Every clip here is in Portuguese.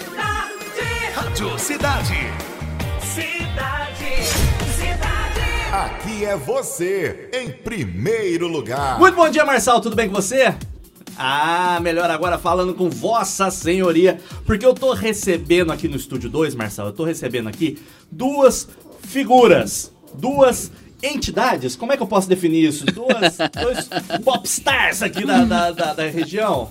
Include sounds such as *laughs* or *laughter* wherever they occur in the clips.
Cidade, Rádio Cidade. cidade, cidade. Aqui é você, em primeiro lugar. Muito bom dia, Marçal, tudo bem com você? Ah, melhor agora falando com Vossa Senhoria, porque eu tô recebendo aqui no Estúdio 2, Marçal, eu tô recebendo aqui duas figuras, duas entidades, como é que eu posso definir isso? Duas, dois popstars aqui da, da, da- da região.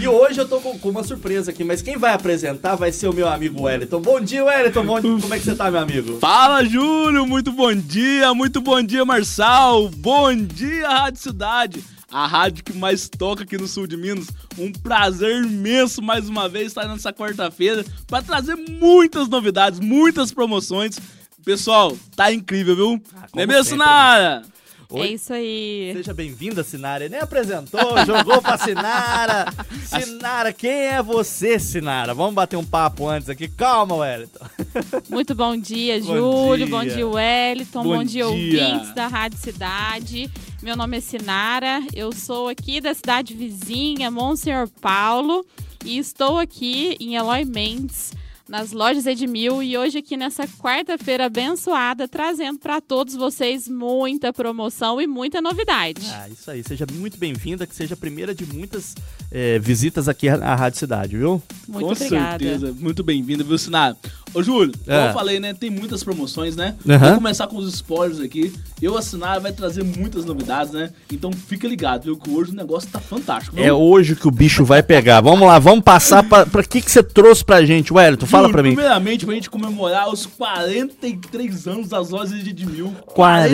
E hoje eu tô com, com uma surpresa aqui, mas quem vai apresentar vai ser o meu amigo Wellington. Bom dia, Wellington, bom, como é que você tá, meu amigo? Fala, Júlio! Muito bom dia, muito bom dia, Marçal! Bom dia, Rádio Cidade! A rádio que mais toca aqui no sul de Minas. Um prazer imenso mais uma vez estar nessa quarta-feira para trazer muitas novidades, muitas promoções. Pessoal, tá incrível, viu? Não é Ah, como mesmo, sempre, né? Sinara? Oi? É isso aí. Seja bem-vinda, Sinara. Ele Nem apresentou, *laughs* jogou pra Sinara. Sinara, quem é você, Sinara? Vamos bater um papo antes aqui. Calma, Wellington. Muito bom dia, Bom Júlio. dia. Bom dia, Wellington. Bom Bom, dia, dia. ouvintes da Rádio Cidade. Meu nome é Sinara. Eu sou aqui da cidade vizinha, Monsenhor Paulo. E estou aqui em Eloy Mendes, nas lojas Edmil. E hoje aqui nessa quarta-feira abençoada, trazendo para todos vocês muita promoção e muita novidade. Ah, isso aí. Seja muito bem-vinda, que seja a primeira de muitas eh, visitas aqui à- à Rádio Cidade, viu? Muito Com obrigada. certeza. Muito bem-vindo, viu, Sinara? Ô, Júlio, como É. eu falei, né? Tem muitas promoções, né? Aham. Vou começar com os spoilers aqui. Eu, a Sinara, vai trazer muitas novidades, né? Então fica ligado, viu? Que hoje o negócio tá fantástico. viu? É hoje que o bicho vai pegar. Vamos lá, vamos passar pra. pra que, que você trouxe pra gente, Wellington? Fala Júlio, pra mim. Primeiramente, pra gente comemorar os 43 anos das lojas de Edmil.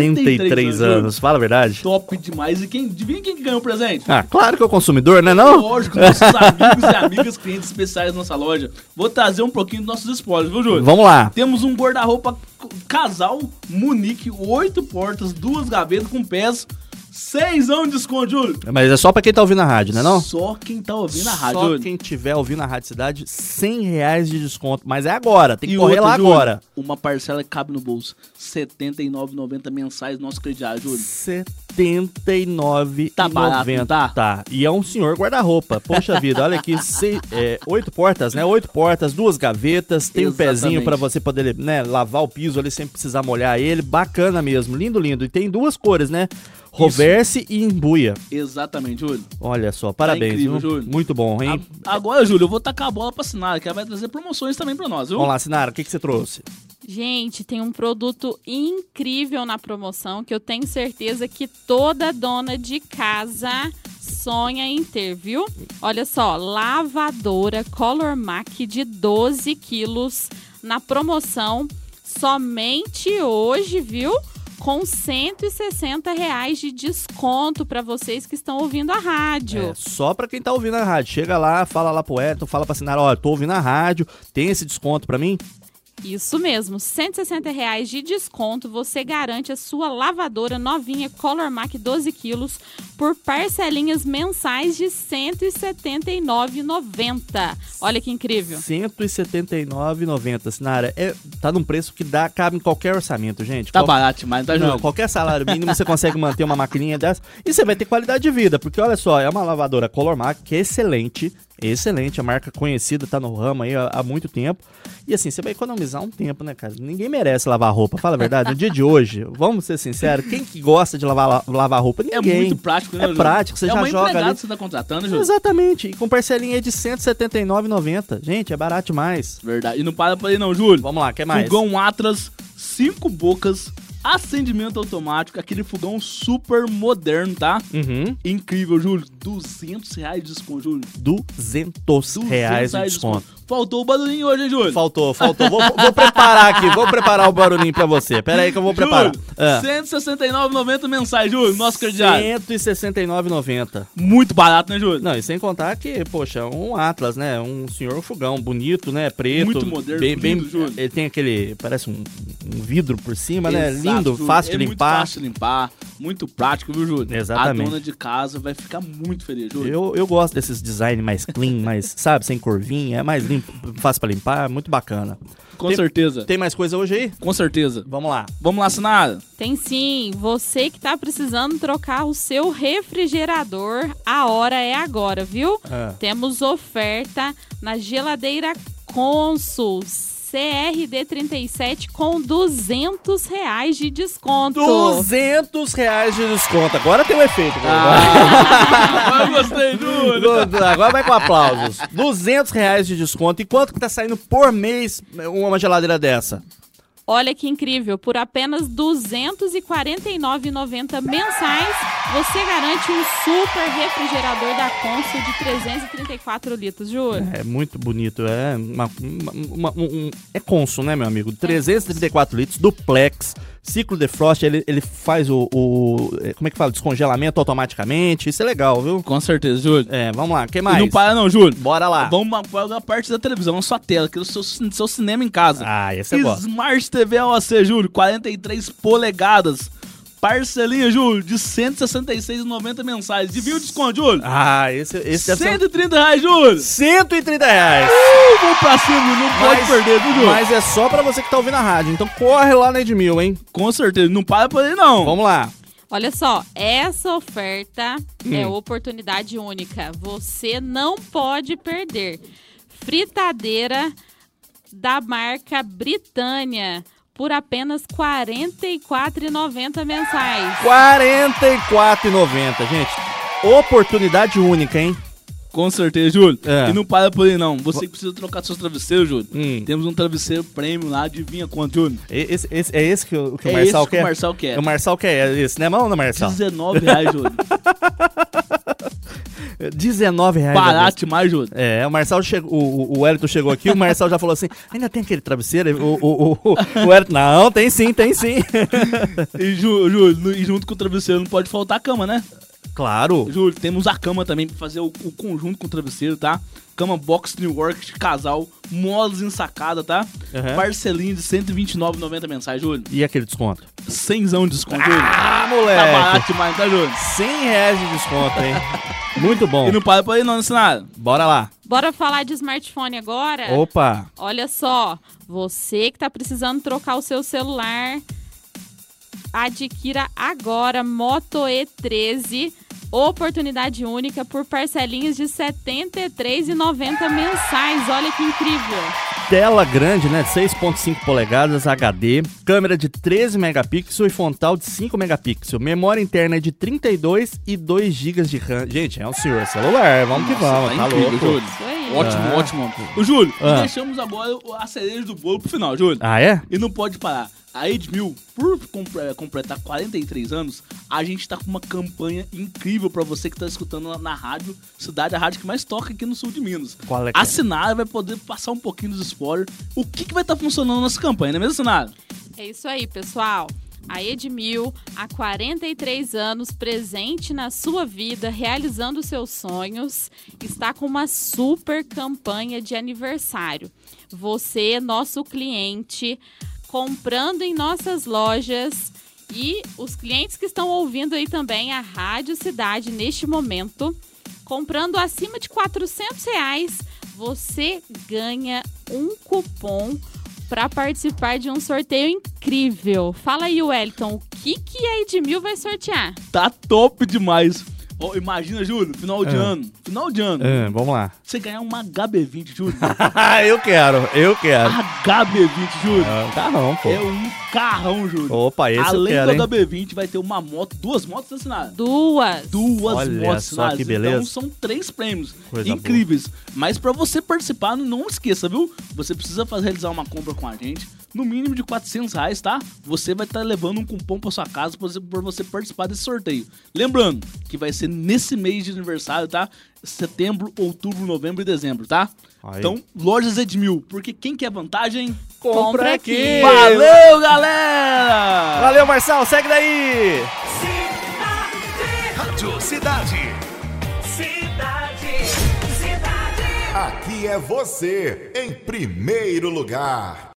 43 Júlio. anos, fala a verdade. Top demais. E quem, adivinha quem que ganhou o presente? Ah, claro que é o consumidor, né? Não? Lógico, nossos amigos e amigas, clientes especiais da nossa loja. Vou trazer um pouquinho dos nossos spoilers, viu, Júlio? Vamos lá. Temos um guarda-roupa c- casal, Munique, oito portas, duas gavetas com pés, seis anos de desconto, Júlio. Mas é só pra quem tá ouvindo a rádio, né? Não? Só quem tá ouvindo a rádio, Só Júlio. quem tiver ouvindo a Rádio Cidade, 100 reais de desconto. Mas é agora, tem que E correr outra, lá Júlio, agora. Uma parcela que cabe no bolso. R$ 79,90 mensais nosso crediário, Júlio. 79,90. Tá barato, não tá? Tá. E é um senhor guarda-roupa. Poxa vida, olha *laughs* aqui. se- é, oito portas, né? Oito portas, duas gavetas. Tem um Exatamente. pezinho pra você poder né, lavar o piso ali sem precisar molhar ele. Bacana mesmo. Lindo, lindo. E tem duas cores, né? Roverse e embuia. Exatamente, Júlio. Olha só, parabéns. Tá incrível, viu? Júlio. Tá Muito bom, hein? A- agora, Júlio, eu vou tacar a bola pra Sinara, que ela vai trazer promoções também pra nós, viu? Vamos lá, Sinara, o que, que você trouxe? Gente, tem um produto incrível na promoção que eu tenho certeza que toda dona de casa sonha em ter, viu? Olha só, lavadora Color Mac de 12 quilos na promoção somente hoje, viu? Com R$ 160 reais de desconto para vocês que estão ouvindo a rádio. É, só pra quem tá ouvindo a rádio. Chega lá, fala lá pro Elton, fala pra Sinara, ó, eu tô ouvindo a rádio, tem esse desconto pra mim? Isso mesmo, R$ 160 reais de desconto você garante a sua lavadora novinha Color Mac 12 quilos por parcelinhas mensais de R$ 179,90. Olha que incrível. 179,90. Sinara, é, tá num preço que dá, cabe em qualquer orçamento, gente. Tá Qual- barato demais, tá, Júlio? Não, qualquer salário mínimo você consegue manter uma maquininha dessa e você vai ter qualidade de vida, porque olha só, é uma lavadora Colormac que é excelente, excelente, a marca conhecida, tá no ramo aí há, há muito tempo. E assim, você vai economizar um tempo, né, cara? Ninguém merece lavar roupa, fala a verdade. No dia de hoje, vamos ser sinceros, quem que gosta de lavar, la- lavar roupa? É Ninguém. muito prático, né, É Júlio? prático, você é já uma joga empregada ali. que você tá contratando, Júlio. Exatamente, e com parcelinha aí de R$ 179,90. Gente, é barato demais. Verdade. E não para pra aí não, Júlio. Vamos lá, quer mais? Fogão Atlas, cinco bocas, acendimento automático, aquele fogão super moderno, tá? Uhum. Incrível, Júlio. 200 reais de desconto, Júlio. 200 200 reais de desconto. Faltou o barulhinho hoje, hein, Júlio? Faltou, faltou. Vou, vou preparar aqui, vou preparar o barulhinho pra você. Pera aí que eu vou preparar. Júlio, Ah. 169,90 mensais, Júlio. Nosso crediário. 169,90. Muito barato, né, Júlio? Não, e sem contar que, poxa, um Atlas, né? Um senhor fogão, bonito, né? Preto. Muito moderno, bem, bem, lindo, Júlio. Ele tem aquele, parece um, um vidro por cima, né? Exato, Lindo, Júlio. fácil de é muito limpar. fácil de limpar. Muito prático, viu, Júlio? Exatamente. A dona de casa vai ficar muito feliz, Júlio. Eu, eu gosto desses design mais clean, *laughs* mais, sabe, sem curvinha, é mais limpo, fácil pra limpar, é muito bacana. Com Tem- certeza. Tem mais coisa hoje aí? Com certeza. Vamos lá. Vamos lá assinar? Tem sim, você que tá precisando trocar o seu refrigerador, a hora é agora, viu? Ah. Temos oferta na geladeira Consul CRD37 com 200 reais de desconto. 200 reais de desconto. Agora tem um efeito. Ah, eu gostei, Júlio. Agora vai com aplausos. 200 reais de desconto. E quanto que tá saindo por mês uma geladeira dessa? Olha que incrível, por apenas R$ 249,90 mensais, você garante um super refrigerador da Consul de 334 litros, juro. É muito bonito. É uma, uma- uma- um- é Consul, né, meu amigo? 334 litros, duplex, ciclo de frost. Ele, ele faz o, o- é, Como é que fala? Descongelamento automaticamente. Isso é legal, viu? Com certeza, Júlio. É, vamos lá. O que E mais? não para não, Júlio. Bora lá. Vamos para a parte da televisão, a sua tela, aquele seu, cin- seu cinema em casa. Ah, esse eu gosto. Smart TV OC, Júlio, 43 polegadas. Parcelinha, Júlio, de R$ 166,90 mensais. E viu o desconto, Júlio? Ah, esse, esse deve ser... 130 reais, Júlio. 130 reais. Uh, vamos pra cima, não pode perder, viu, Júlio? Mas é só pra você que tá ouvindo a rádio. Então corre lá na Edmil, hein? Com certeza, não para por aí, não. *laughs* Vamos lá. Olha só, essa oferta é oportunidade única. Você não pode perder. Fritadeira da marca Britânia por apenas R$ 44,90 mensais. R$ 44,90, gente. Oportunidade única, hein? Com certeza, Júlio. É. E não para por aí, não. Você que precisa trocar seus travesseiros, Júlio. Hum. Temos um travesseiro prêmio lá, adivinha quanto, Júlio? E- Esse, esse- é esse que, o que o É Marçal esse que quer? o Marçal quer. O Marçal quer esse, né, mão, né, Marçal? 19 *laughs* reais, Júlio. 19 reais. Barato demais, Júlio. É, o Marçal chegou, o, o- o Wellington chegou aqui, o Marçal já falou assim, ainda tem aquele travesseiro? O, o, o, o Wellington, não, tem sim, tem sim. *laughs* E, Jú- Júlio, no- e junto com o travesseiro não pode faltar a cama, né? claro. Júlio, temos a cama também pra fazer o, o conjunto com o travesseiro, tá? Cama Box New York de casal, molas em sacada, tá? Aham. Parcelinha de 129,90 mensais, Júlio. E aquele desconto? Cenzão de desconto, Júlio. Ah, Tá moleque. barato demais, tá, Júlio? 100 reais de desconto, hein? Muito bom. E não para por aí, não, não nada. Bora lá. Bora falar de smartphone É. agora? Opa. Olha só, você que tá precisando trocar o seu celular, adquira agora Moto E13, oportunidade única por parcelinhas de R$ 73,90 mensais. Olha que incrível. Tela grande, né? 6.5 polegadas, HD, câmera de 13 megapixels e frontal de 5 megapixels, memória interna é de 32 e 2 GB de RAM. Gente, é um senhor celular, vamos que vamos, tá, incrível, louco. Júlio. Isso aí. né? Ótimo, Ah. ótimo. Ô, Júlio, Ah. deixamos agora o- a cereja do bolo pro final, Júlio. Ah, é? E não pode parar. A Edmil, por compre- completar 43 anos, a gente tá com uma campanha incrível pra você que tá escutando na- na rádio, cidade, a rádio que mais toca aqui no sul de Minas. Qual é que é? A Sinara vai poder passar um pouquinho dos spoilers. O que, que vai estar funcionando nessa campanha, não é mesmo, Sinara? É isso aí, pessoal. A Edmil, há 43 anos, presente na sua vida, realizando seus sonhos, está com uma super campanha de aniversário. Você, nosso cliente, comprando em nossas lojas e os clientes que estão ouvindo aí também a Rádio Cidade neste momento, comprando acima de 400 reais, você ganha um cupom para participar de um sorteio incrível. Fala aí, Wellington, o que, que a Edmil vai sortear? Tá top demais. Ó, imagina, Júlio, final de Ah. ano, final de ano, Ah, vamos lá. *laughs* você ganhar uma HB20, Júlio. *laughs* eu quero, eu quero. HB20, Júlio. Ah, tá não, pô. É um carrão, Júlio. Opa, esse Além eu quero, hein? da HB20, vai ter uma moto, duas motos assinadas. Duas. Duas Olha motos só assinadas. que beleza. Então são três prêmios Coisa incríveis. Mas pra você participar, não esqueça, viu? Você precisa fazer, realizar uma compra com a gente. No mínimo de 400 reais, tá? Você vai estar levando um cupom pra sua casa pra você, pra você participar desse sorteio. Lembrando que vai ser nesse mês de aniversário, tá? Setembro, outubro, novembro e dezembro, tá? Aí. Então, lojas Edmil, porque quem quer vantagem? Compra aqui. Valeu, galera! Valeu, Marçal, segue daí! Cidade, Rádio Cidade. cidade, cidade. Aqui é você em primeiro lugar.